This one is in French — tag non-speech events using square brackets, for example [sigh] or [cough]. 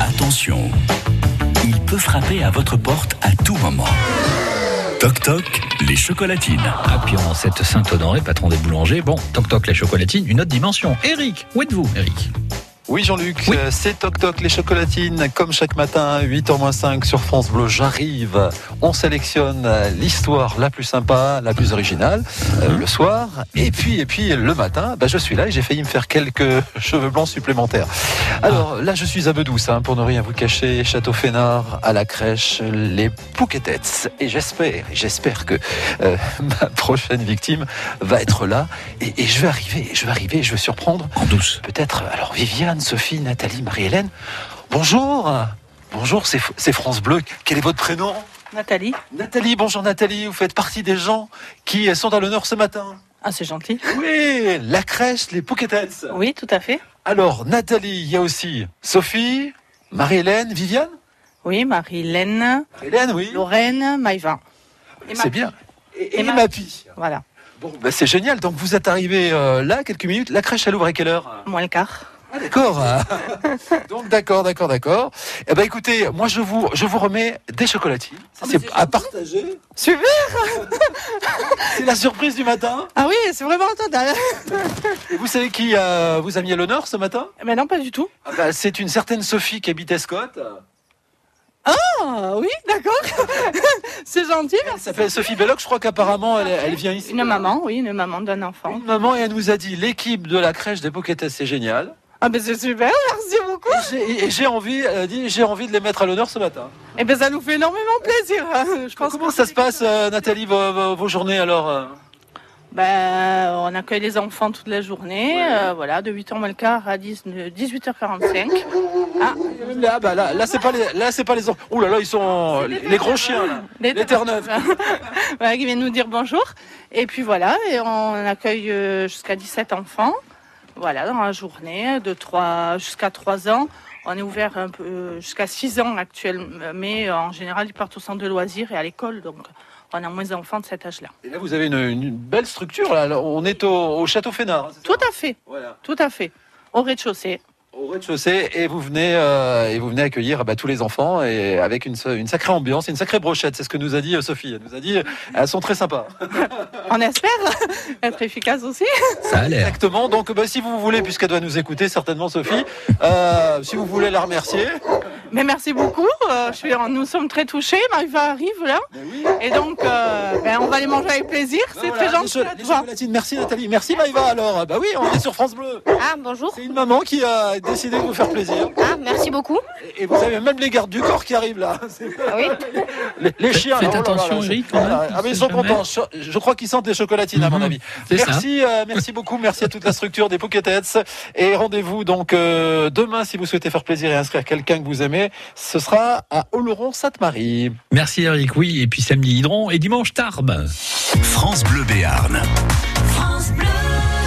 Attention, il peut frapper à votre porte à tout moment. Toc toc, les chocolatines. Appuyons cette Saint-Honoré, patron des boulangers. Bon, toc toc, les chocolatines, une autre dimension. Eric, où êtes-vous, Eric Oui Jean-Luc, Oui. euh, c'est Toc Toc les chocolatines, comme chaque matin, 8h-5 sur France Bleu, j'arrive, on sélectionne euh, l'histoire la plus sympa, la plus originale, euh, le soir, et puis et puis le matin, bah, je suis là et j'ai failli me faire quelques [laughs] cheveux blancs supplémentaires. Alors là je suis à Bedouce, hein, pour ne rien vous cacher, Château Fénard, à la crèche, les Pouquetettes, et j'espère, j'espère que euh, [laughs] ma prochaine victime va être là, et, et je vais arriver, je vais arriver, je vais surprendre, En douce. peut-être. Alors Viviane, Sophie, Nathalie, Marie-Hélène, bonjour. Bonjour, c'est F- c'est France Bleu. Quel est votre prénom Nathalie. Nathalie, bonjour Nathalie, vous faites partie des gens qui sont à l'honneur ce matin. Ah, c'est gentil. Oui, la crèche, les Pouquetettes. Oui, tout à fait. Alors Nathalie, il y a aussi Sophie, Marie-Hélène, Viviane Oui, Marie-Hélène, Hélène, oui. Lorraine, Maïva. Et C'est Marie. bien. Et, Et et Ma- Mappy. Voilà, Bon, bah, c'est génial. Donc vous êtes arrivés euh, là, quelques minutes. La crèche, elle ouvre à quelle heure moins le quart. Ah, d'accord. Donc d'accord, d'accord, d'accord. Eh ben écoutez, moi je vous je vous remets des chocolatines. Ça, c'est à partager. Super C'est la surprise du matin. Ah oui, c'est vraiment total. Et vous savez qui euh, vous a mis à l'honneur ce matin Mais Eh ben non, pas du tout. Ah bah, c'est une certaine Sophie qui habite Escotte. Ah oui, d'accord. [laughs] c'est gentil. Elle s'appelle Sophie Belloc, je crois qu'apparemment elle, elle vient ici. Une maman, oui, une maman d'un enfant. Une maman et elle nous a dit l'équipe de la crèche des Pokétès, c'est génial. Ah ben c'est super, merci beaucoup. Et j'ai- Et j'ai envie, elle a dit, j'ai envie de les mettre à l'honneur ce matin. Eh ben ça nous fait énormément plaisir. Je pense Comment que- ça se passe, euh, Nathalie, vos, vos- vos journées alors euh Ben, on accueille les enfants toute la journée, euh, voilà, de 8h moins le quart à 10 18h45. Là, bah, là, là, c'est pas les, là, c'est pas les. or- Ouh là là, ils sont les, les gros chiens. là. Les Terre-Neuve. [laughs] voilà, qui viennent nous dire bonjour. Et puis voilà, et on accueille euh, jusqu'à 17 enfants. Voilà, dans la journée, de 3 jusqu'à 3 ans. On est ouvert un peu euh, jusqu'à 6 ans actuellement, mais euh, en général, ils partent au centre de loisirs et à l'école. Donc, on a moins d'enfants de cet âge-là. Et là, vous avez une, une belle structure. Là, Alors, on est au, au château Fénard. hein, c'est ça Tout à fait, Voilà, tout à fait. Au rez-de-chaussée. au rez-de-chaussée, et vous venez euh, et vous venez accueillir ah bah, tous les enfants et avec une, sa- une sacrée ambiance, une sacrée brochette. C'est ce que nous a dit euh, Sophie. Elle nous a dit, euh, elles sont très sympas. On espère [laughs] être efficace aussi. Ça a l'air. Exactement. Donc, bah, si vous voulez, puisqu'elle doit nous écouter certainement, Sophie, euh, si vous voulez la remercier. Mais merci beaucoup. euh, je suis, nous sommes très touchés. Marie-Va arrive là. Et donc, euh, ben, on va les manger avec plaisir. C'est Ben Voilà, très les gentil. cho- à les toi. chocolatines. Merci Nathalie. Merci Maïva. Alors, Ah bah oui, on est sur France Bleu. Ah bonjour. C'est une maman qui a décidé de vous faire plaisir. Ah merci beaucoup. Et vous avez même les gardes du corps qui arrivent là. [laughs] C'est- Ah oui. Les, les chiens. Faites là, oh là là, attention, c'est- Eric, quand même, Ah, on ah, mais sait ils sont jamais. contents. Je, je crois qu'ils sentent les chocolatines, à mon Mhm, avis. c'est ça. Merci, euh, merci beaucoup. Merci à toute la structure des Pocketheads. Et rendez-vous donc euh, demain si vous souhaitez faire plaisir et inscrire quelqu'un que vous aimez. Ce sera à Oloron-Sainte-Marie. Merci, Eric. Oui, et puis samedi, Hydron, et dimanche, Tarbes. France Bleu Béarn. France Bleu.